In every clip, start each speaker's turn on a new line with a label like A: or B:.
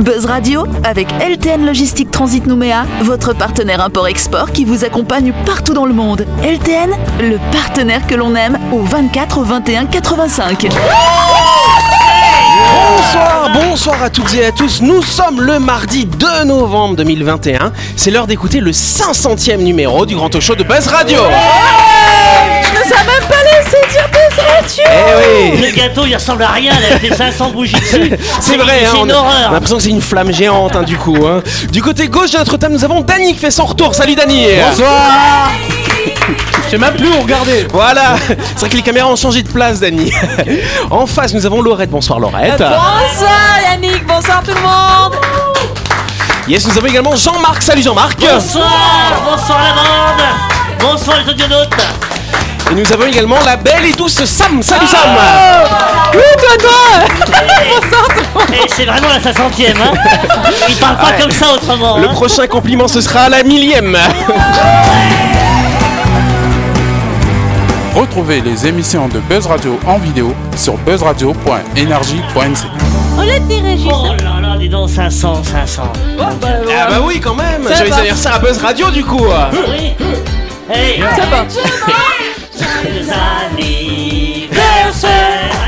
A: Buzz Radio, avec LTN Logistique Transit Nouméa, votre partenaire import-export qui vous accompagne partout dans le monde. LTN, le partenaire que l'on aime au 24 21 85.
B: Bonsoir, bonsoir à toutes et à tous. Nous sommes le mardi 2 novembre 2021. C'est l'heure d'écouter le 500e numéro du Grand Talk Show de Buzz Radio. Eh oui.
C: Le gâteau, il ressemble à rien, elle a fait 500 bougies dessus.
B: C'est vrai, hein,
C: c'est
B: on
C: une
B: a- on a
C: horreur.
B: l'impression que c'est une flamme géante hein, du coup. hein. Du côté gauche de notre table, nous avons Dany qui fait son retour. Salut Dany
D: Bonsoir J'ai même plus où regarder
B: Voilà, c'est vrai que les caméras ont changé de place Dany. En face, nous avons Laurette. Bonsoir Laurette.
E: Bonsoir Yannick, bonsoir tout le monde
B: Yes, nous avons également Jean-Marc. Salut Jean-Marc.
C: Bonsoir, bonsoir la bande. Bonsoir les audionautes.
B: Et nous avons également la belle et douce Sam. Salut Sam. Ah.
C: Et c'est vraiment la 500ème. Hein. Ils parlent pas comme ça autrement.
B: Le
C: hein.
B: prochain compliment, ce sera à la millième.
F: Retrouvez les émissions de Buzz Radio en vidéo sur buzzradio.energie.nc.
E: On l'a dit Régis
C: Oh là là, dis donc, 500, 500.
B: Ah bah oui quand même
E: Ça
B: J'avais
E: va.
B: anniversaire à Buzz Radio du coup
C: Oui. Hey.
E: Ça va
C: Joyeux anniversaire.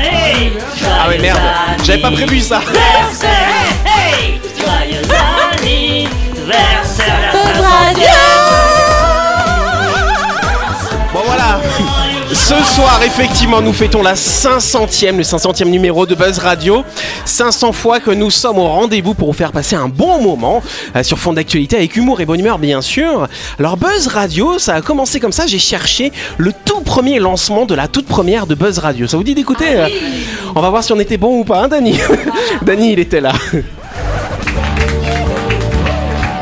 C: Hey.
B: Ah ouais merde J'avais pas prévu ça
C: Anniversaire. Hey. Joyeux anniversaire. La 500.
B: Bon voilà ce soir, effectivement, nous fêtons la 500e, le 500e numéro de Buzz Radio. 500 fois que nous sommes au rendez-vous pour vous faire passer un bon moment euh, sur fond d'actualité avec humour et bonne humeur, bien sûr. Alors, Buzz Radio, ça a commencé comme ça. J'ai cherché le tout premier lancement de la toute première de Buzz Radio. Ça vous dit d'écouter euh, On va voir si on était bon ou pas, hein, Dany Dany, il était là.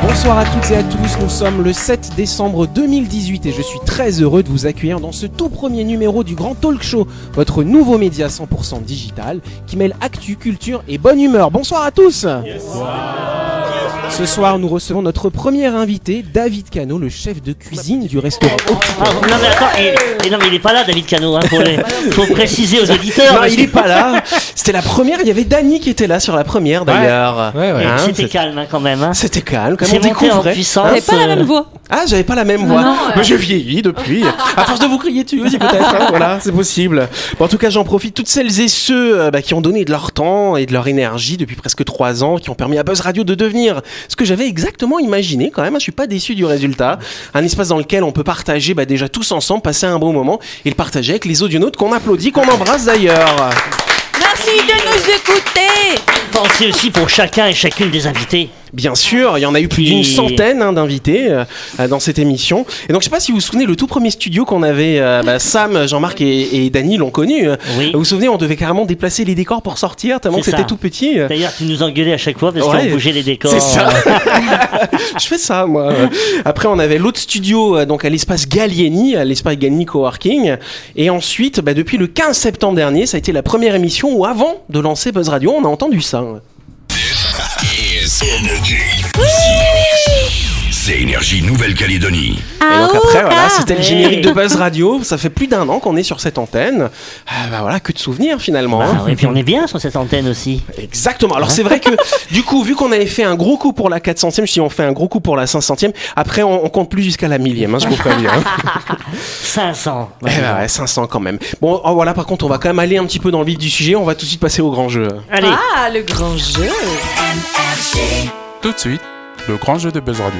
B: Bonsoir à toutes et à tous, nous sommes le 7 décembre 2018 et je suis très heureux de vous accueillir dans ce tout premier numéro du Grand Talk Show, votre nouveau média 100% digital qui mêle actu, culture et bonne humeur. Bonsoir à tous Ce soir, nous recevons notre premier invité, David Cano, le chef de cuisine du restaurant Optimum.
C: Ah, non mais attends, et, et non mais il est pas là David Cano, hein, faut, les- faut préciser aux auditeurs.
B: Non,
C: parce
B: il
C: que-
B: est pas là. C'était la première. Il y avait Dany qui était là sur la première d'ailleurs.
D: Ouais, ouais.
B: Hein,
C: C'était
B: c'est-
C: calme hein, quand même. Hein.
B: C'était calme. Comme
C: C'est
B: on
C: monté en
B: découvrait. Hein,
C: puissance.
E: C'est pas la même voix
B: Ah, j'avais pas la même voix. Mais je vieillis depuis. À force de vous crier dessus aussi peut-être. hein, voilà, c'est possible. Bon, en tout cas, j'en profite. Toutes celles et ceux euh, bah, qui ont donné de leur temps et de leur énergie depuis presque trois ans, qui ont permis à Buzz Radio de devenir ce que j'avais exactement imaginé quand même. hein, Je suis pas déçu du résultat. Un espace dans lequel on peut partager bah, déjà tous ensemble, passer un bon moment et le partager avec les audionautes qu'on applaudit, qu'on embrasse d'ailleurs.
E: Merci de nous écouter
C: Pensez aussi pour chacun et chacune des invités.
B: Bien sûr, il y en a eu plus d'une
C: Et-
B: centaine hein, d'invités euh, euh, dans cette émission. Et donc, je sais pas si vous vous souvenez, le tout premier studio qu'on avait, euh, bah, Sam, Jean-Marc et, et Dany l'ont connu. euh,
C: Oui.
B: Vous vous souvenez, on devait carrément déplacer les décors pour sortir, tellement
C: C'est
B: que c'était
C: ça.
B: tout petit. euh.
C: D'ailleurs, tu nous engueulais à chaque fois parce
B: Ouais.
C: qu'on bougeait les décors.
B: C'est ça. je fais ça, moi. euh. Après, on avait l'autre studio, euh, donc à l'espace Gallieni, à l'espace Gallieni Coworking. Et ensuite, bah, depuis le 15 septembre dernier, ça a été la première émission où, avant de lancer Buzz Radio, on a entendu ça. ouais.
G: C'est Énergie Nouvelle-Calédonie.
B: Et donc après, voilà, c'était le générique de Buzz Radio. Ça fait plus d'un an qu'on est sur cette antenne. Ah, bah voilà, que de souvenirs finalement.
C: Ah,
B: hein.
C: ouais, et puis on est bien sur cette antenne aussi.
B: Exactement. Alors c'est vrai que du coup, vu qu'on avait fait un gros coup pour la 400e, si on fait un gros coup pour la 500e, après on, on compte plus jusqu'à la millième. Hein, je vous préviens.
C: 500.
B: Eh bah ouais, 500 quand même. Bon, oh, voilà. Par contre, on va quand même aller un petit peu dans le vif du sujet. On va tout de suite passer au grand jeu.
C: Allez,
E: Ah, le grand jeu
F: Tout de suite, le grand jeu de Buzz Radio.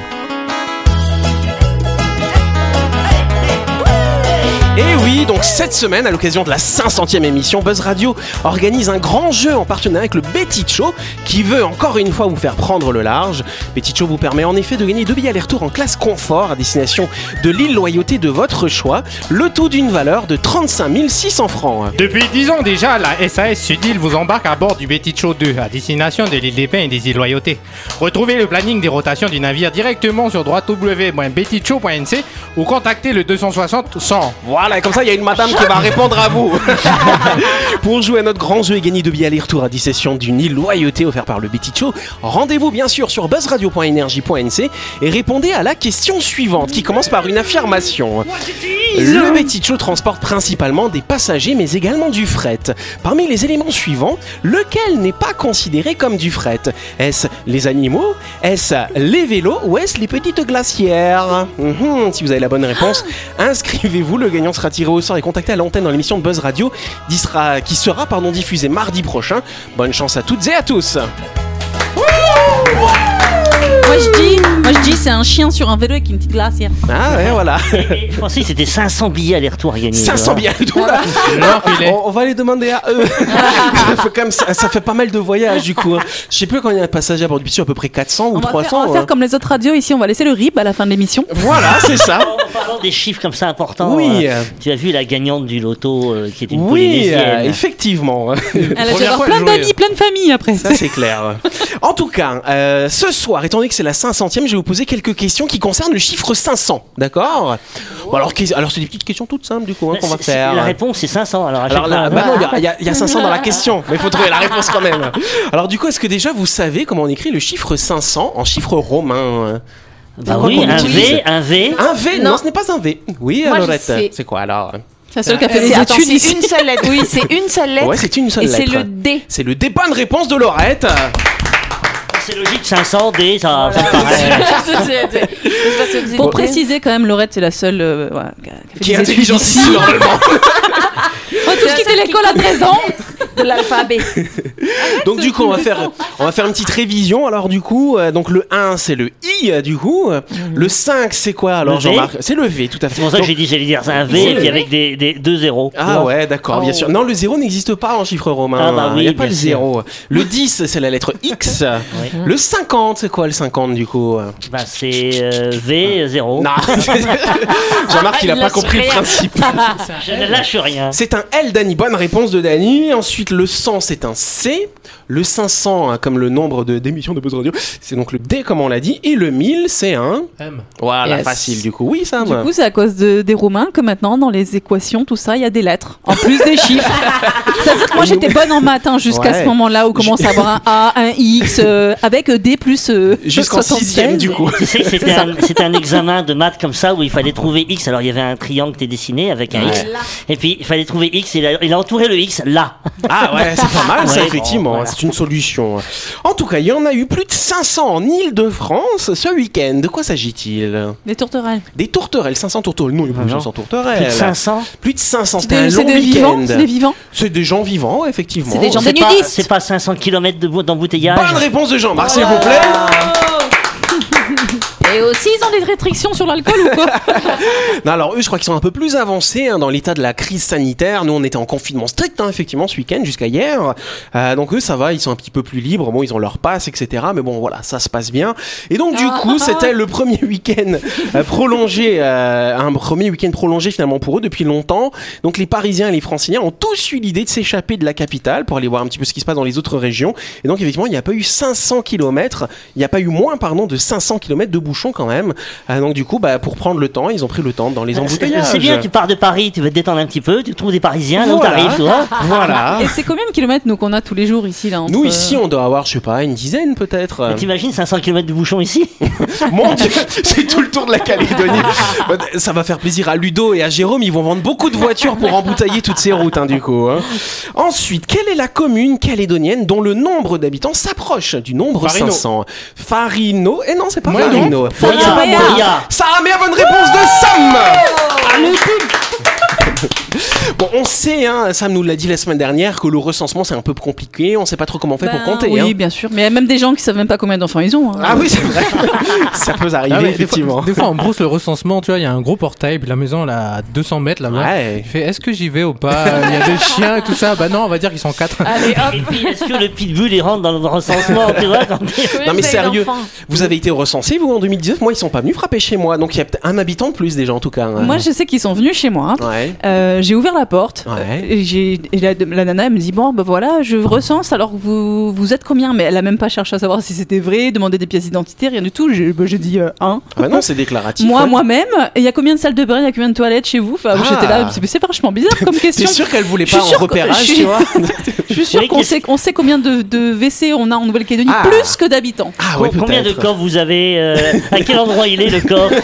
B: Et oui, donc cette semaine, à l'occasion de la 500e émission, Buzz Radio organise un grand jeu en partenariat avec le Betty Show qui veut encore une fois vous faire prendre le large. Betty Show vous permet en effet de gagner deux billets aller-retour en classe confort à destination de l'île Loyauté de votre choix, le tout d'une valeur de 35 600 francs.
D: Depuis 10 ans déjà, la SAS Sud-Île vous embarque à bord du Betty Show 2 à destination de l'île des Pins et des îles Loyauté. Retrouvez le planning des rotations du navire directement sur www.bettyshow.nc ou contactez le 260 100.
B: Voilà, comme ça, il y a une madame qui va répondre à vous. Pour jouer à notre grand jeu et gagner deux billets aller-retour à 10 sessions d'une île loyauté offert par le Betty Show, rendez-vous bien sûr sur buzzradio.energie.nc et répondez à la question suivante qui commence par une affirmation. Le Betty Show transporte principalement des passagers mais également du fret. Parmi les éléments suivants, lequel n'est pas considéré comme du fret Est-ce les animaux Est-ce les vélos Ou est-ce les petites glacières Mhm, Si vous avez la bonne réponse, inscrivez-vous. Le gagnant sera tiré au sort et contacté à l'antenne dans l'émission de Buzz Radio qui sera, qui sera pardon, diffusée mardi prochain. Bonne chance à toutes et à tous
E: Moi je dis, moi je dis, c'est un chien sur un vélo avec une petite glacière.
B: Ah ouais, voilà
C: Et eh, Je pensais que c'était 500 billets aller-retour à gagner. hein.
B: 500
C: tu vois.
B: billets Oula.
D: Non, il est.
B: On, on va les demander à eux. ça, fait quand même- ça- ça fait pas mal de voyages du coup. hein. Je sais plus quand il y a un passager à bord du bus, à peu près 400 ou
E: On va, faire,
B: 300.
E: on va faire
H: euh.
B: hein.
E: comme les autres radios ici, on va laisser le rib à la fin de l'émission.
B: Voilà, c'est ça.
C: En parlant des chiffres comme ça importants,
B: Oui.
C: euh, tu as vu la gagnante du loto euh, qui est une
B: Oui, euh,
C: polynésienne.
B: effectivement.
E: Elle a dû
D: Première
E: avoir
D: fois,
E: plein
D: je
E: d'amis,
D: voyais.
E: plein de familles après.
B: Ça, hein. c'est clair. En tout cas, euh, ce soir, étant donné que c'est la 500e, je vais vous poser quelques questions qui concernent le chiffre 500. D'accord Bon, Alors, que- alors c'est des petites questions toutes simples, du coup, hein, qu'on va
C: Bah, C'est- c'est-
B: faire.
C: La réponse c'est 500. Alors, à
B: Alors
C: chaque
B: là,
C: fois,
B: bah non, il y a- il y, a- il y a 500 dans la question, mais il faut trouver la réponse quand même. Alors, du coup, est-ce que déjà vous savez comment on écrit le chiffre 500 en chiffre romain
C: bah
B: quoi
C: oui,
B: qu'on
C: un
B: utilise. Hein
C: V,
B: Un
C: un V.
B: V Non,
H: Non.
B: ce n'est pas un V. Oui,
H: Moi, je
B: Laurette.
H: sais.
B: C'est quoi alors
E: C'est la seule qui a fait
H: C'est
E: des
H: attends,
E: études
H: c'est
E: ici.
H: une seule lettre. Oui, c'est une seule lettre.
B: Ouais, c'est une seule
H: et
B: lettre.
H: c'est le D.
B: C'est le dé. Bonne réponse de Laurette.
C: Ah, C'est logique, 500 D, ça, ça me paraît.
E: Pour préciser quand même, Laurette c'est la seule euh, voilà, qui a qui a
B: Qui
E: fait
B: est
E: des études
B: intelligente
E: ici.
B: ici, normalement.
E: On a tous quitté l'école à 13 ans.
H: De l'alphabet.
B: Donc du coup, on va faire, on va faire une petite révision. Alors du coup, euh, donc le 1 c'est le I euh, du coup, le 5 c'est quoi alors
C: Le V
B: Jean-Marc C'est le V tout à fait.
C: C'est pour ça que
B: Donc-
C: j'ai dit, j'allais dire, c'est un V et puis avec des, des- deux zéros.
B: ah ouais, d'accord, bien sûr. Non, le 0 n'existe pas en chiffre romain.
C: Ah bah oui,
B: Il n'y a pas
C: bien
B: le 0. Le 10, c'est la lettre X. Le 50, c'est quoi le 50 du coup
C: Bah, c'est euh, V, zéro.
B: Non, Jean-Marc, il n'a
H: Il
B: pas
H: lâche
B: compris le
H: rien.
B: principe.
C: Je ne lâche rien.
B: C'est un L, Dani. Bonne réponse de Dani. Ensuite, le 100, c'est un C. Le 500, hein, comme le nombre de- d'émissions de Buzz Radio, c'est donc le D, comme on l'a dit. Et le 1000, c'est un.
D: M.
B: Voilà,
H: Yes.
B: facile du coup. Oui, ça.
E: Du coup, c'est à cause de- des Roumains que maintenant, dans les équations, tout ça, il y a des lettres, en plus des chiffres. C'est-à-dire que moi, j'étais bonne en maths hein, jusqu'à
B: Ouais.
E: ce moment-là où commence à avoir un A, un X, euh, avec des plus euh,
B: Jusqu'en
E: 76.
B: sixième du coup.
C: Tu sais que c'était
E: C'est ça.
C: un, c'était un examen de maths comme ça où il fallait trouver X. Alors il y avait un triangle qui était dessiné avec un X. Et puis il fallait trouver X et il a, il a entouré le X là.
B: Ah ouais, c'est pas mal ça,
C: Ouais,
B: effectivement.
C: bon, voilà.
B: C'est une solution. En tout cas, il y en a eu plus de 500 en Ile-de-France ce week-end. De quoi s'agit-il
E: Les tourterelles.
B: Des tourterelles, 500 tourterelles. Non, il
E: Ah
B: n'y a plus de 500 tourterelles.
C: Plus de 500.
B: Plus de 500,
E: C'est
B: c'était un
E: des, c'est
B: long
E: des vivants.
B: week-end.
E: C'est des vivants.
B: C'est des gens vivants, effectivement.
E: C'est des gens
C: C'est
E: des
C: pas-
E: nudistes.
C: C'est pas 500 km de bou- d'embouteillage.
B: Bonne réponse de Jean-Marc, s'il vous plaît.
H: Et aussi,
E: Ils ont des restrictions sur l'alcool ou quoi
B: Non, alors eux, je crois qu'ils sont un peu plus avancés hein, dans l'état de la crise sanitaire. Nous, on était en confinement strict, hein, effectivement, ce week-end jusqu'à hier. Euh, donc eux, ça va, ils sont un petit peu plus libres. Bon, ils ont leur passe, etc. Mais bon, voilà, ça se passe bien. Et donc, du coup, c'était le premier week-end euh, prolongé, euh, un premier week-end prolongé finalement pour eux depuis longtemps. Donc les Parisiens et les Franciliens ont tous eu l'idée de s'échapper de la capitale pour aller voir un petit peu ce qui se passe dans les autres régions. Et donc effectivement, il n'y a pas eu 500 km, il n'y a pas eu moins pardon de 500 km de bouchons quand même. Euh, donc du coup, bah, pour prendre le temps, ils ont pris le temps dans les
C: Bah, C'est
B: embouteillages.
C: c'est bien, tu pars de Paris, tu vas te détendre un petit peu, tu trouves des Parisiens, là où
B: Voilà. Ah.
C: t'arrives, tu vois. Ah,
B: Voilà.
E: Et c'est combien de kilomètres nous qu'on a tous les jours ici là entre-
B: Nous ici, on doit avoir, je sais pas, une dizaine peut-être.
C: Mais T'imagines 500 km de bouchon ici
B: Mon Dieu, c'est tout le tour de la Calédonie. Bah, Ça va faire plaisir à Ludo et à Jérôme. Ils vont vendre beaucoup de voitures pour embouteiller toutes ces routes, hein, du coup. hein. Ensuite, quelle est la commune calédonienne dont le nombre d'habitants s'approche du nombre
D: Farino.
B: 500 Farino Eh non, c'est pas
D: Moyen.
B: Farino.
C: Moyen,
E: Moyen.
C: Moyen.
B: Ça a mis la bonne réponse de Sam Allez, boum. Bon, on sait, hein, Sam nous l'a dit la semaine dernière, que le recensement c'est un peu compliqué, on sait pas trop comment on fait
E: Ben,
B: pour compter.
E: Oui,
B: hein.
E: bien sûr. Mais il y a même des gens qui savent même pas combien d'enfants ils ont. hein.
B: Ah oui, c'est vrai, ça peut arriver
D: Ah ouais, des fois-
B: effectivement.
I: Des fois, on brousse le recensement, tu vois, il y a un gros portail, puis la maison, elle a 200 mètres là-bas.
B: Ouais.
I: Il fait, est-ce que j'y vais ou pas Il y a des chiens et tout ça. Bah non, on va dire qu'ils sont quatre.
B: Ah.
E: Allez,
C: Et
E: hop.
C: puis est-ce que le pitbull il rentre dans le recensement, tu vois quand t'es-
B: Non mais
H: vous avez
B: sérieux,
H: d'enfants
B: vous avez été recensé vous en 2019 Moi ils sont pas venus frapper chez moi, donc il y a peut-être un habitant de plus déjà en tout cas. hein.
E: Moi, je sais qu'ils sont venus chez moi. hein.
B: Ouais. Ouais.
E: Euh, j'ai ouvert la porte.
B: Ouais.
E: Et, j'ai- et la, la nana, elle me dit Bon, ben voilà, je recense, alors que vous, vous êtes combien Mais elle a même pas cherché à savoir si c'était vrai, demander des pièces d'identité, rien du tout. J'ai ben, j'ai dit euh, un.
B: Ah bah non, c'est déclaratif.
E: Moi,
B: ouais.
E: moi-même, et il y a combien de salles de bain, il y a combien de toilettes chez vous enfin,
B: Ah.
E: J'étais là, c'est c'est vachement bizarre comme
B: T'es
E: question.
B: sûr qu'elle voulait
E: Je suis
B: pas en
E: sûre que-
B: repérage,
E: je suis-
B: tu vois
E: Je suis sûr
C: Oui,
E: qu'on
C: qu'est-ce-
E: sait, on sait combien de, de WC on a en Nouvelle-Calédonie,
B: Ah.
E: plus que d'habitants.
B: Ah
C: Com- Combien de
B: peut-être.
C: coffres vous avez euh, À quel endroit il est le coffre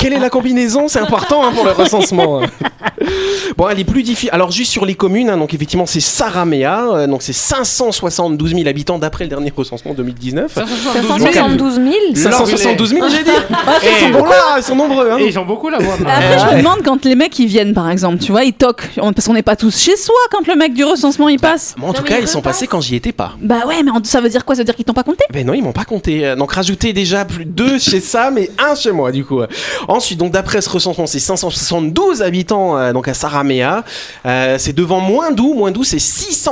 B: Quelle est la combinaison C'est important hein, pour le recensement. hein. bon, elle est plus difficile. Alors, juste sur les communes, hein, donc effectivement, c'est Saramea, euh, donc c'est 572 000 habitants d'après le dernier recensement 2019.
H: 572 000
B: 572 000, j'ai dit
E: Ah,
B: Ils sont, bons là, ils sont nombreux. hein.
D: Et ils sont beaucoup là-bas.
E: Après, je me demande quand les mecs ils viennent, par exemple, tu vois, ils toquent, On- parce qu'on n'est pas tous chez soi quand le mec du recensement il passe.
B: Bah, Moi, en tout
H: mais
B: cas,
H: ils
B: ils sont
H: repassent.
B: passés quand j'y étais pas.
E: Bah ouais, mais en- ça veut dire quoi Ça veut dire qu'ils t'ont pas compté
B: Ben non, ils m'ont pas compté. Euh, Donc rajoutez déjà plus deux chez Sam et un chez moi du coup. Euh, Ensuite, donc d'après ce recensement, c'est 572 habitants euh, donc à Saramea. Euh, c'est devant Moindou. Moindou c'est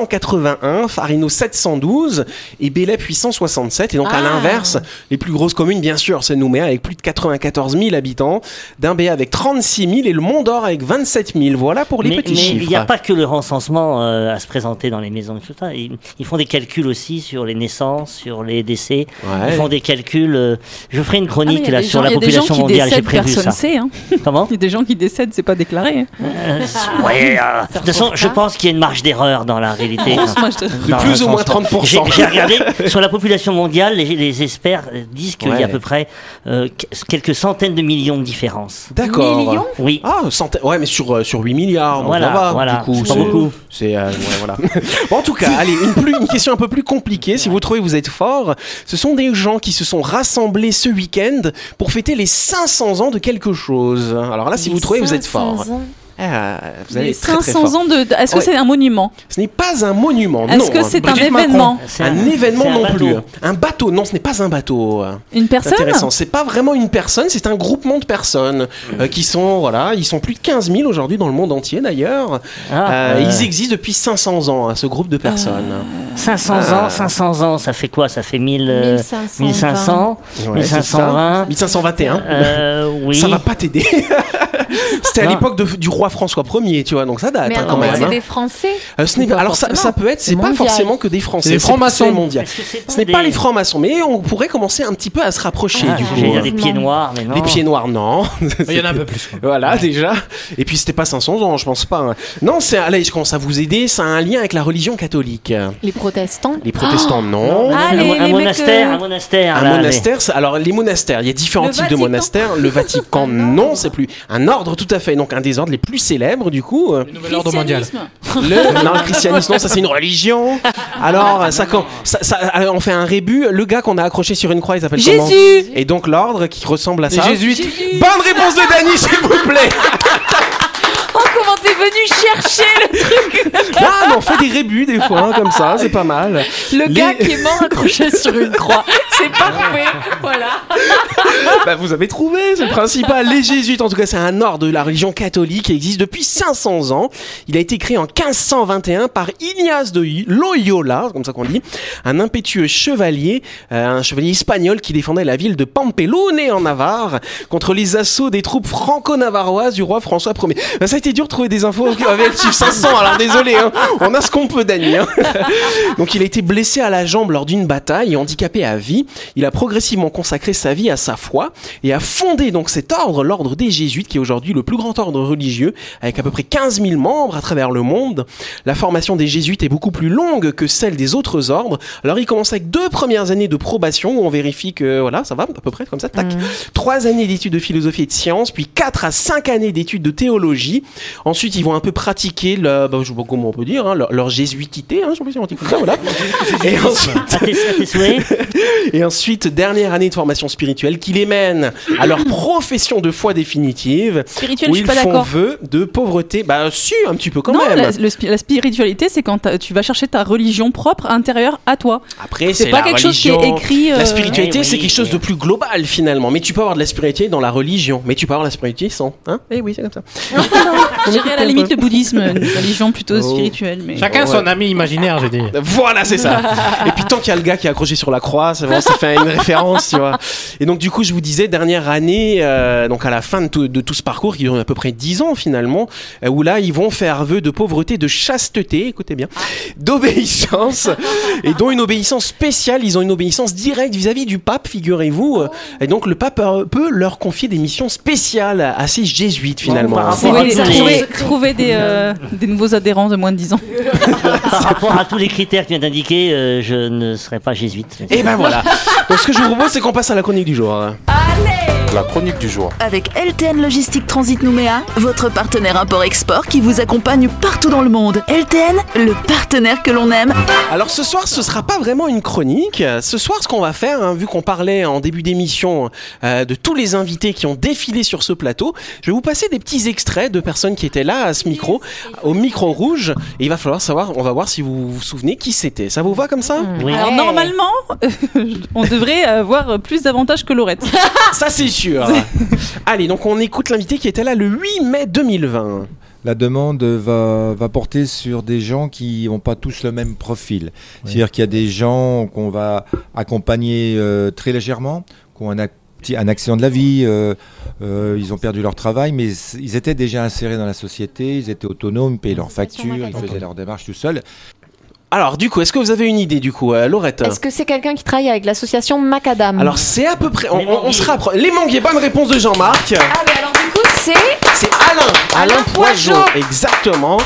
B: 681, Farino 712 et Bélep 867. Et donc à
H: Ah.
B: l'inverse, les plus grosses communes bien sûr, c'est Nouméa avec plus de 94 000 habitants, Dimbé avec 36 000 et le Mont d'Or avec 27 000. Voilà pour les
C: Mais mais
B: petits chiffres.
C: il n'y a pas que le recensement euh, à se présenter dans les maisons de scrutin. Ils, ils font des calculs aussi sur les naissances, sur les décès.
B: Ouais.
C: Ils font des calculs. euh, je ferai une
E: Ah, mais
C: chronique
E: il y a
C: là,
E: des
C: sur
E: gens-
C: la
E: il y a des gens
C: population
E: qui
C: mondiale. J'ai
E: décèdent,
C: prévu
E: personne
C: ça.
E: sait. hein.
C: Comment
E: Il y a des gens qui décèdent, c'est pas déclaré. hein.
C: Euh, Ouais. euh, de toute façon, je pense qu'il y a une marge d'erreur dans la réalité.
B: Ah.
E: Moi, je te-
B: De
C: Non,
B: plus
C: non,
B: ou
C: non,
B: moins
C: c'est pas-
B: 30%.
C: J'ai j'ai regardé sur la population mondiale, les, les experts euh, disent qu'il y
B: Ouais.
C: a à peu près euh, qu- quelques centaines de millions de différences.
B: D'accord.
H: Millions
C: Oui.
B: Ah, centaines. Ouais, mais sur, euh, sur 8 milliards, donc
C: Voilà,
B: ça va,
C: voilà,
B: du coup.
C: c'est pas beaucoup.
B: C'est, euh, ouais, voilà. Bon, en tout cas, allez, une, plus, une question un peu plus compliquée. Si vous trouvez que vous êtes fort, ce sont des gens qui se sont rassemblés ce week-end pour fêter les 500 ans de quelque chose. Alors là, si vous trouvez, vous êtes fort. Ah, vous allez
E: Les
B: être très, très
E: 500
B: fort.
E: ans de. de- Est-ce que
B: Ouais.
E: c'est un monument
B: Ce n'est pas un monument, non.
E: Est-ce que c'est un
B: Brigitte Macron.
E: événement
C: C'est
B: un,
C: c'est
B: événement
C: un
B: non
C: bateau.
B: plus. hein. Un bateau, non, ce n'est pas un bateau.
E: Une
B: C'est
E: personne
B: intéressant. C'est pas vraiment une personne, c'est un groupement de personnes euh, qui sont, voilà, ils sont plus de 15 000 aujourd'hui dans le monde entier d'ailleurs.
C: Ah,
B: Euh,
C: euh,
B: Ils existent depuis 500 ans, hein, ce groupe de personnes.
C: 500
B: Ah.
C: ans, 500 ans, ça fait quoi Ça fait 1000, euh,
H: 1520.
C: 1500,
B: Ouais, c'est ça.
C: 1520.
B: 1521.
C: euh, oui.
B: Ça va pas t'aider. C'était à
C: Non.
B: l'époque de- du roi François Ier, tu vois, donc ça date
H: Mais
B: hein, quand
H: attends, mais
B: même.
H: c'est
B: hein.
H: des Français.
B: Euh, ce n'est-
H: pas
B: alors ça,
H: forcément.
B: ça peut être, c'est
H: C'est
B: pas
H: mondial.
B: forcément que des Français.
I: C'est les
B: c'est-
I: francs-maçons.
B: c'est mondial.
C: Est-ce que
B: Ce n'est
C: des-
B: pas les francs-maçons, mais on pourrait commencer un petit peu à se rapprocher
C: Ah,
B: du coup.
C: J'allais dire Oh.
B: hein.
C: des pieds noirs, mais non.
B: Les pieds noirs, non.
I: Il y en a un peu plus.
B: Voilà, déjà. Et puis c'était pas 500 ans, je pense pas. hein. Non, c'est allez, je commence à vous aider, ça a un lien avec la religion catholique.
H: Les protestants.
B: Les protestants non.
C: Non,
E: Ah,
C: un,
E: les-
C: mo-
E: les
C: un
E: mecs,
C: monastère,
E: euh,
C: un monastère.
B: Un
C: Ah, là,
B: monastère, c'est- alors les monastères, il y a différents
E: Le
B: types de
E: Vatican.
B: monastères. Le Vatican, non, c'est plus un ordre tout à fait, donc un des ordres les plus célèbres du coup. euh,
I: Nouvel ordre mondial.
B: Le, non, le christianisme, non, ça c'est une religion. Alors ça, quand, ça, ça- alors, on fait un rébut. Le gars qu'on a accroché sur une croix, il s'appelle comment
E: Jésus
B: Et donc l'ordre qui ressemble à
I: Les
B: ça.
I: jésuites.
B: Bonne réponse de Dany, s'il vous plaît.
H: Oh, comment t'es venu chercher le,
B: Ah, mais on fait des rébus des fois, hein, comme ça, c'est pas mal.
H: le
B: Les- Ah.
H: gars qui est mort accroché sur une croix C'est parfait. Voilà.
B: Bah, vous avez trouvé, c'est le principal. Les jésuites, en tout cas, c'est un ordre de la religion catholique qui existe depuis 500 ans. Il a été créé en 1521 par Ignace de Loyola, c'est comme ça qu'on dit, un impétueux chevalier, euh, un chevalier espagnol qui défendait la ville de Pampelone en Navarre contre les assauts des troupes franco-navarroises du roi François Ier. Bah, ça a été dur de trouver des infos avec le chiffre 500, alors désolé, hein. on a ce qu'on peut, Dany. hein. Donc il a été blessé à la jambe lors d'une bataille et handicapé à vie. Il a progressivement consacré sa vie à sa foi et a fondé donc cet ordre, l'ordre des Jésuites, qui est aujourd'hui le plus grand ordre religieux, avec à peu près 15 000 membres à travers le monde. La formation des Jésuites est beaucoup plus longue que celle des autres ordres. Alors il commence avec deux premières années de probation où on vérifie que voilà, ça va à peu près comme ça, tac. Trois années d'études de philosophie et de sciences, puis quatre à cinq années d'études de théologie. Ensuite, ils vont un peu pratiquer le, bah, je sais pas comment on peut dire, hein, leur, leur jésuitité, hein, je sais pas si on dit comme ça, voilà. et ensuite,
C: mais- À tes, à tes souhaits.
B: et ensuite, dernière année de formation spirituelle qui les mène à leur profession de foi définitive.
E: Spirituel,
B: Où
E: je
B: ils
E: suis pas
B: font
E: d'accord.
B: vœu de pauvreté. Bah, si, un petit peu quand
E: Non,
B: même.
E: la, le spi- la spiritualité, c'est quand t'as- tu vas chercher ta religion propre intérieure à toi.
B: Après,
E: C'est pas
B: la
E: quelque chose qui
B: religion.
E: est écrit. euh,
B: La spiritualité,
C: Eh oui,
B: c'est quelque chose de plus global finalement. Mais tu peux avoir de la spiritualité dans la religion. Mais tu peux avoir de la spiritualité sans. Hein eh oui, c'est comme ça.
E: J'irai à la limite le bouddhisme, une
B: Oh.
E: religion plutôt spirituelle. Mais...
D: Chacun son ami imaginaire, j'ai dit.
B: Voilà, c'est ça. Et puis tant qu'il y a le gars qui est accroché sur la croix, c'est vraiment, ça fait une référence, tu vois. Et donc du coup, je vous disais, dernière année, euh, donc à la fin de tout, de tout ce parcours, qui dure à peu près 10 ans finalement, euh, où là, ils vont faire vœu de pauvreté, de chasteté, écoutez bien,
C: Ah.
B: d'obéissance, et dont une obéissance spéciale, ils ont une obéissance directe vis-à-vis du pape, figurez-vous.
C: Oh.
B: Et donc le pape euh, peut leur confier des missions spéciales à ces jésuites finalement.
C: Par rapport à
E: Trouver,
C: tous les-
E: trouver- trouver des, euh, des nouveaux adhérents de moins de 10 ans.
C: Par rapport à tous les critères que vient d'indiquer, euh, je ne serai pas jésuite.
B: Et ben voilà. Donc ce que je vous propose, c'est qu'on passe à la chronique du jour. hein.
F: La chronique du jour.
A: Avec LTN Logistique Transit Nouméa, votre partenaire import-export qui vous accompagne partout dans le monde. LTN, le partenaire que l'on aime.
B: Alors ce soir, ce sera pas vraiment une chronique. Ce soir, ce qu'on va faire, hein, vu qu'on parlait en début d'émission euh, de tous les invités qui ont défilé sur ce plateau, je vais vous passer des petits extraits de personnes qui étaient là à ce micro, au micro rouge. Et il va falloir savoir, on va voir si vous vous souvenez qui c'était. Ça vous va comme ça
C: Oui.
E: Alors normalement, on devrait avoir plus d'avantages que Laurette.
B: Ah, Ça c'est sûr. Allez, donc on écoute l'invité qui était là le 8 mai 2020.
J: La demande va, va porter sur des gens qui n'ont pas tous le même profil. C'est-à-dire qu'il y a des gens qu'on va accompagner euh, très légèrement, qui ont un, ac- petit- un accident de la vie, euh, euh, ils ont perdu leur travail, mais c- ils étaient déjà insérés dans la société, ils étaient autonomes, ils payaient leurs factures, ils faisaient leurs démarches tout seuls.
B: Alors du coup, est-ce que vous avez une idée du coup, euh, Laurette
H: Est-ce que c'est quelqu'un qui travaille avec l'association Macadam
B: Alors c'est à peu près, on,
C: Les
B: on- on
C: manguiers.
B: se rapproche. Les manguiers, bonne réponse de Jean-Marc.
H: Ah, mais alors du coup, c'est.
B: C'est Alain, Alain,
H: Alain
B: Poigeot.
H: Poigeot.
B: Exactement.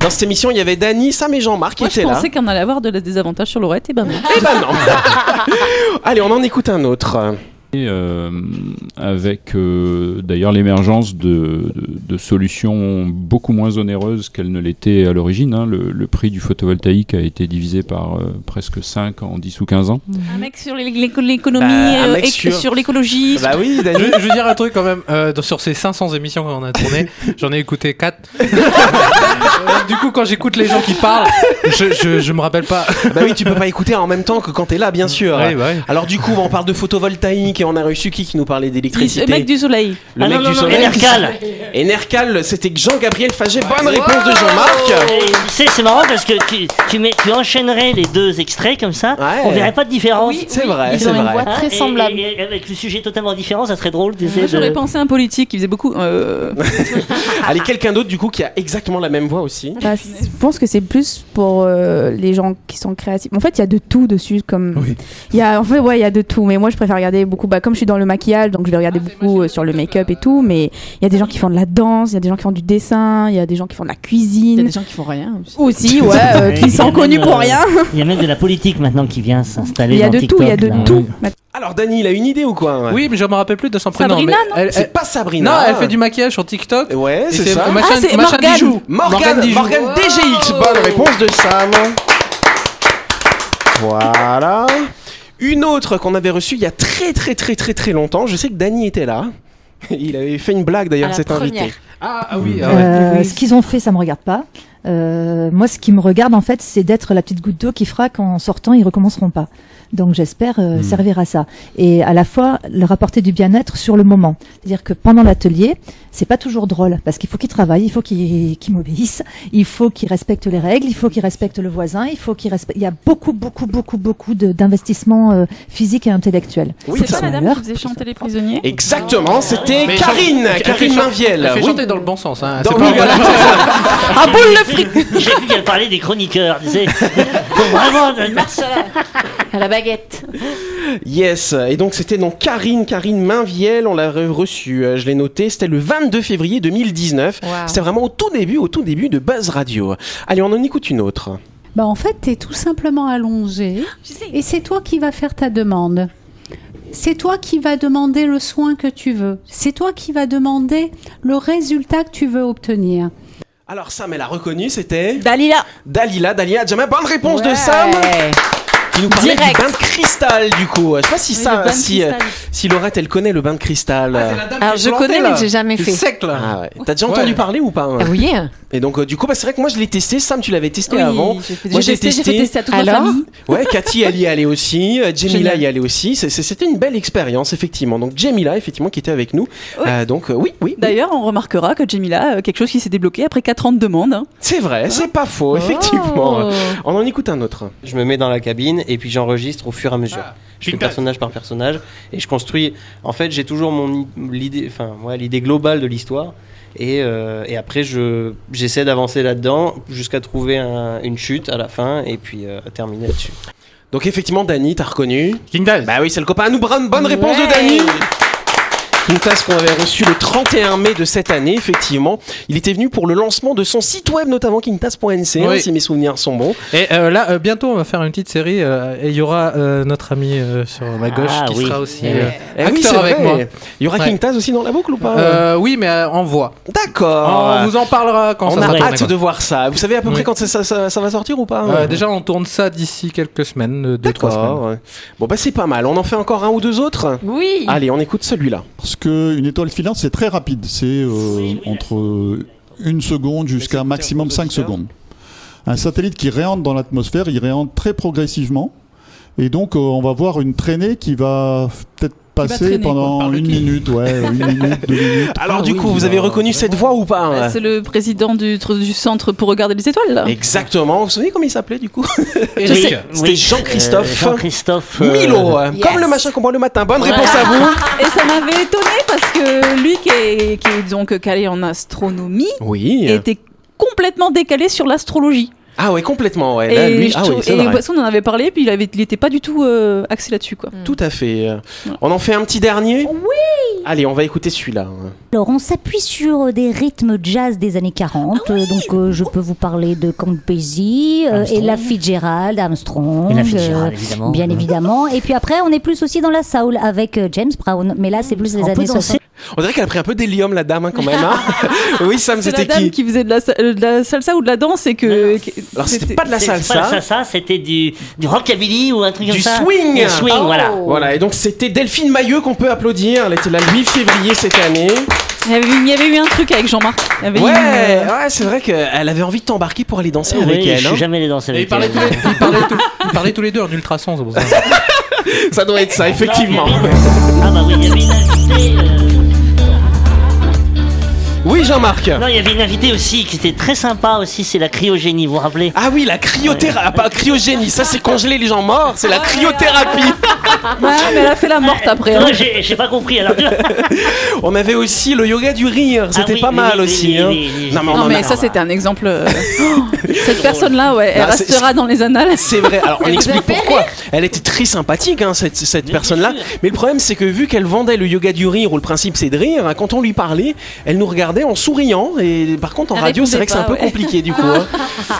B: Dans cette émission, il y avait Dany, Sam et Jean-Marc qui
E: Moi je
B: étaient là.
E: pensais qu'on allait avoir de la- des avantages sur Laurette, et ben non.
B: Eh ben non. Allez, on en écoute un autre.
J: Et euh, avec euh, d'ailleurs l'émergence de, de- de solutions beaucoup moins onéreuses qu'elles ne l'étaient à l'origine. hein. Le, le prix du photovoltaïque a été divisé par euh, presque 5 en 10 ou 15 ans.
E: Un mec sur l'é- l'é- l'économie,
B: Bah, un
E: euh,
B: mec
E: éc-
B: sur-
E: sur, l'écologie.
B: Bah oui,
I: Je,
B: Dany.
I: je veux dire un truc quand même, euh, dans- sur ces 500 émissions qu'on a tournées, j'en ai écouté 4. du coup, quand j'écoute les gens qui parlent, je, je, je me rappelle pas. bah
B: bah oui, tu peux pas écouter en même temps que quand t'es là, bien sûr.
I: Ouais, ouais.
B: Alors du coup, on parle de photovoltaïque et on a reçu qui qui nous parlait d'électricité
E: Le euh, mec du soleil.
B: Le
C: Ah
B: mec
C: non, non,
B: du
C: non,
B: soleil.
C: Enercal.
B: Et Nercal, c'était Jean-Gabriel Faget. Bonne réponse de Jean-Marc.
C: Et tu sais, c'est marrant parce que tu, tu, mets, tu enchaînerais les deux extraits comme ça,
B: Ouais.
C: on verrait pas de différence.
B: C'est vrai,
H: Ils
B: Ah, c'est
H: ont une
B: vrai.
H: voix
C: Hein,
H: très
C: et-
H: semblable.
C: et- et avec le sujet totalement différent, ça serait drôle d'essayer
E: Moi, J'aurais
C: de-
E: pensé à un politique qui faisait beaucoup. euh,
B: Allez, quelqu'un d'autre du coup qui a exactement la même voix aussi.
K: je pense que c'est plus pour euh, les gens qui sont créatifs. En fait, il y a de tout dessus. Comme
I: Oui.
K: il y a, en fait, ouais, il y a de tout. Mais moi, je préfère regarder beaucoup. Bah, comme je suis dans le maquillage, donc je vais regarder beaucoup euh, sur le make-up et tout. Mais il y a des gens qui font de la danse, il y a des gens qui font du dessin, il y a des gens qui font de la
E: Il y a
K: cuisine.
E: des gens qui font rien. aussi.
K: Aussi, ouais, euh,
C: Il y a
K: qui sont
C: même,
K: connus
C: euh,
K: pour rien.
C: Il y a même de la politique maintenant qui vient s'installer.
K: Il y a
C: dans
K: de tout, il y a
C: TikTok,
K: de
C: là.
K: tout.
B: Alors Dany, il a une idée ou quoi
I: Oui, mais je me rappelle plus de son prénom.
E: Sabrina,
I: mais elle,
B: C'est
I: elle-
B: pas Sabrina.
I: non, elle fait du maquillage sur TikTok.
B: Ouais,
I: Et
B: c'est ça.
I: Machin,
E: Ah, c'est
I: machin
E: Morgane.
I: Dijoux.
B: Morgane,
I: Dijoux.
B: Morgane DGX, bonne réponse de Sam. Voilà. Une autre qu'on avait reçue il y a très très très très très longtemps. Je sais que Dany était là. Il avait fait une blague d'ailleurs
H: À la
B: cet invité.
H: première.
I: Ah, ah oui, ah ouais.
K: Euh,
E: ce
K: qu'ils ont fait, ça me regarde pas. Euh, moi, ce qui me regarde, en fait, c'est d'être la petite goutte d'eau qui fera qu'en sortant, ils recommenceront pas. Donc, j'espère euh,
J: Mm.
K: servir à ça. Et à la fois, leur apporter du bien-être sur le moment. C'est-à-dire que pendant l'atelier, c'est pas toujours drôle parce qu'il faut qu'ils travaillent, il faut qu'ils qu'ils m'obéissent, il faut qu'ils respectent les règles, il faut qu'ils respectent le voisin, il faut qu'ils respectent. Il y a beaucoup, beaucoup, beaucoup, beaucoup de- d'investissements euh, physiques et intellectuels.
B: Oui,
E: C'est
B: ça-
E: pas la dame qui faisait chanter les prisonniers
B: Exactement, c'était
I: Mais
B: Karine,
I: elle fait
B: Karine
I: chanter-
B: Mainviel.
I: Elle fait
B: Oui.
I: chanter dans le bon sens. Hein.
B: Dans-
I: C'est
B: oui,
I: pas
B: voilà.
E: Ah, boule le fric
C: J'ai vu qu'elle parlait des chroniqueurs, tu sais. Donc, Vraiment, de-
H: À la baguette.
B: Yes, et donc c'était donc Karine, Karine Mainviel, on l'a re- reçue, euh, je l'ai noté, c'était le 22 février 2019. C'était vraiment au tout début, au tout début de Buzz Radio. Allez, on en écoute une autre.
K: Bah en fait, tu es tout simplement allongé et c'est toi qui vas faire ta demande. C'est toi qui vas demander le soin que tu veux. C'est toi qui vas demander le résultat que tu veux obtenir.
B: Alors Sam, elle a reconnu, c'était
E: Dalila
B: Dalila, Dalila Adjama. Bonne réponse de Sam. qui nous parlait
E: Direct.
B: du bain de cristal, du coup. Je sais pas si
E: Oui, le
B: ça,
E: bain de
B: si, euh,
E: cristal.
B: si Laurette, elle connaît le bain de cristal.
L: Ah,
H: Alors, je connais, mais j'ai jamais fait.
B: Ah ouais. T'as déjà entendu
H: Ouais.
B: parler ou pas hein
H: Ah oui.
B: Et donc, euh, du coup, bah, c'est vrai que moi, je l'ai testé. Sam, tu l'avais testé
H: Oui,
B: avant.
H: j'ai fait-
B: moi,
H: j'ai testé, j'ai fait tester à toute ma Alors famille.
B: Ouais, Cathy, elle y est allée aussi. euh, Jamila
H: Génial.
B: y est allée aussi. C'est- c'est- C'était une belle expérience, effectivement. Donc, Jamila, effectivement, qui était avec nous. Euh, donc, euh, oui, oui.
E: D'ailleurs, on remarquera que Jamila, euh, quelque chose qui s'est débloqué après 4 ans de demande. hein.
B: C'est vrai, c'est pas faux,
H: Oh.
B: effectivement. On en écoute un autre.
L: Je me mets dans la cabine et puis j'enregistre au fur et à mesure. Ah,
I: Ah.
L: je fais personnage par personnage et je construis. En fait, j'ai toujours mon i- l'idée, enfin, ouais, l'idée globale de l'histoire. Et, euh, et après, je j'essaie d'avancer là-dedans jusqu'à trouver un- une chute à la fin et puis euh, terminer là-dessus.
B: Donc, effectivement, Dany, t'as reconnu. Kindle. Bah oui, c'est le copain. Ah, nous, bonne bonne réponse de Dany. Une tasse qu'on avait reçue le 31 mai de cette année, effectivement. Il était venu pour le lancement de son site web, notamment Quintas.nc, hein,
I: Oui.
B: si mes souvenirs sont bons.
I: Et euh, là, euh, bientôt, on va faire une petite série euh, et il y aura euh, notre ami euh, sur ma gauche
B: Ah
I: qui
B: oui.
I: sera aussi
B: Eh
I: euh,
B: oui. Eh oui,
I: acteur
B: c'est
I: avec
B: vrai.
I: moi.
B: Il y aura
I: Ouais.
B: Quintas aussi dans la boucle ou pas
I: Euh, Oui, mais euh, en voix.
B: D'accord.
I: On vous en parlera quand
B: Oh, on Ah,
I: ça
B: a
I: sera
B: hâte
I: tourné.
B: de voir ça. Vous savez à peu près
I: Oui.
B: quand ça, ça- ça- ça va sortir ou pas hein
I: Euh, déjà, on tourne ça d'ici quelques semaines, euh, deux, trois
B: D'accord,
I: semaines.
B: Bon, bah c'est pas mal. On en fait encore un ou deux autres
H: Oui.
B: Allez, on écoute celui-là.
M: Parce qu'une étoile filante, c'est très rapide. C'est euh, entre euh, une seconde jusqu'à maximum 5 secondes. Un satellite qui réentre dans l'atmosphère, il réentre très progressivement. Et donc, euh, on va voir une traînée qui va f- peut-être passer
E: traîner, quoi,
M: pendant une minute, ouais, une minute, deux minutes.
I: Ah
B: Alors, du coup, vous avez reconnu cette voix ou pas hein
I: Euh,
E: Bah, c'est le président du, tr- du centre pour regarder les étoiles. là.
B: Exactement. Vous vous souvenez comment il s'appelait du coup
E: Hein. Je
B: Oui,
E: sais.
B: C'était
E: Oui.
B: Jean-Christophe.
E: Euh, Jean-Christophe,
C: euh,
B: Milo,
E: yes.
B: comme le machin qu'on boit le matin. Bonne
E: Voilà.
B: réponse à vous.
E: Et ça m'avait étonné parce que lui qui est, qui est donc calé en astronomie
B: Oui.
E: était complètement décalé sur l'astrologie.
B: Ah ouais, complètement. Ouais. Là, lui,
E: je
B: ah oui,
E: trouve-
B: c'est
E: et
B: vrai.
E: parce qu'on en avait parlé, puis il avait, il était pas du tout euh, axé là-dessus quoi.
B: Tout à fait. On en fait un petit dernier Oui Allez, on va écouter celui-là.
N: Alors, on s'appuie sur Oh, des rythmes jazz des années 40.
K: Ah
N: euh, donc, euh, je peux vous parler de Count Basie, euh,
O: Armstrong.
N: Ella Fitzgerald, Armstrong.
O: Ella Fitzgerald,
N: euh,
O: évidemment.
N: Bien
O: Ouais.
N: évidemment. Et puis après, on est plus aussi dans la soul avec euh, James Brown. Mais là, c'est plus les années 60.
B: On dirait qu'elle a pris un peu d'hélium, la dame, hein, quand même. hein. oui, Sam,
E: C'est la
B: c'était
E: dame
B: qui
E: qui, faisait de la, sa- euh, de la salsa ou de la danse et que. que-
B: Alors, c'était pas de la
C: C'est
B: salsa.
C: pas la salsa, c'était du, du rockabilly ou un truc
B: Du
C: comme ça.
B: swing Oh.
C: Du swing, voilà.
H: Oh.
B: Voilà, et donc c'était Delphine Mailleux qu'on peut applaudir. Elle était là le 8 février cette année.
E: Il y avait, eu- il y avait eu un truc avec Jean-Marc. Il y avait
B: Ouais,
E: eu une, euh,
B: ouais c'est vrai qu'elle avait envie de t'embarquer pour aller danser
C: Oui,
B: avec
C: je
B: elle.
C: suis
B: hein.
C: jamais allé danser
I: Et ils
C: avec
I: parlaient,
C: elle.
I: tous les, ils parlaient tous- ils parlaient tous les deux en ultrason, c'est pour ça.
B: Ça doit être ça, effectivement.
C: Ah bah oui, il y avait une invitée. euh,
B: Oui, Jean-Marc.
C: Non, il y avait une invitée aussi qui était très sympa aussi, c'est la cryogénie, vous vous rappelez
B: Ah oui, la cryothérapie. Ah, pas cryogénie, ça c'est congeler les gens morts, c'est la cryothérapie.
E: Ouais, mais elle a fait la morte après. hein.
C: Moi, j'ai j'ai pas compris. Alors,
B: On avait aussi le yoga du rire,
E: Ah
C: Ah
B: c'était pas mal aussi. hein. Non, mais on
E: Non,
B: en
E: mais
B: a-
E: ça, c'était un exemple. euh, oh, cette personne-là, ouais, elle
B: Non, c'est-
E: restera dans les annales.
B: C'est vrai. Alors on explique pourquoi. Elle était très sympathique, hein, cette, cette personne-là. Mais le problème, c'est que vu qu'elle vendait le yoga du rire, où le principe c'est de rire, hein, quand on lui parlait, elle nous regardait en souriant. Et par contre, en
E: Elle
B: radio, c'est vrai que c'est un
E: répondait
B: peu
E: pas, ouais.
B: compliqué du coup. hein.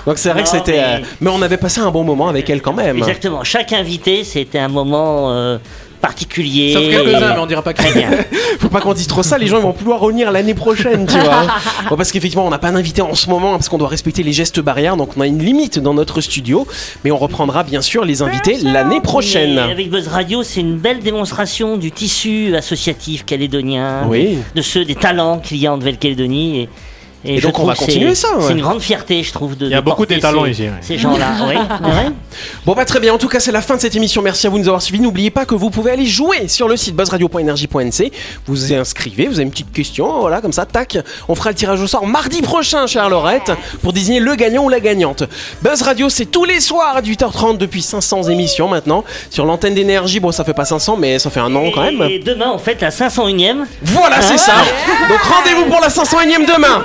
B: Donc c'est vrai que
C: Non,
B: c'était. euh, Mais...
C: mais-
B: on avait passé un bon moment avec elle quand même.
C: Exactement. Chaque invité, c'était un moment euh, particulier.
B: Sauf quelques-uns, mais on
I: dira pas
C: Très bien.
B: Faut pas qu'on dise trop ça, les gens ils vont pouvoir revenir l'année prochaine, tu vois. Bon, parce qu'effectivement, on n'a pas d'invité en ce moment, hein, parce qu'on doit respecter les gestes barrières, donc on a une limite dans notre studio. Mais on reprendra bien sûr les invités l'année prochaine.
C: Mais avec Buzz Radio, c'est une belle démonstration du tissu associatif calédonien,
B: Oui.
C: de ceux des talents qu'il y a en Nouvelle-Calédonie. Et,
B: Et
C: je
B: donc, on
C: trouve
B: va
C: que
B: continuer
C: c'est-
B: ça, ouais.
C: C'est une grande fierté, je trouve, de.
B: Il y a beaucoup des talents
C: ces,
B: ici, ouais.
C: Ces gens-là, oui.
B: Bon bah très bien, en tout cas c'est la fin de cette émission, merci à vous de nous avoir suivis, n'oubliez pas que vous pouvez aller jouer sur le site buzzradio.energie.nc, vous vous inscrivez, vous avez une petite question, voilà comme ça, tac, on fera le tirage au sort mardi prochain chère Laurette pour désigner le gagnant ou la gagnante. Buzz Radio c'est tous les soirs à 8h30 depuis 500 émissions maintenant, sur l'antenne d'énergie, bon ça fait pas 500 mais ça fait un an quand même.
C: Et demain, en fait, la 501ème.
B: Voilà c'est ça, donc rendez-vous pour la 501ème demain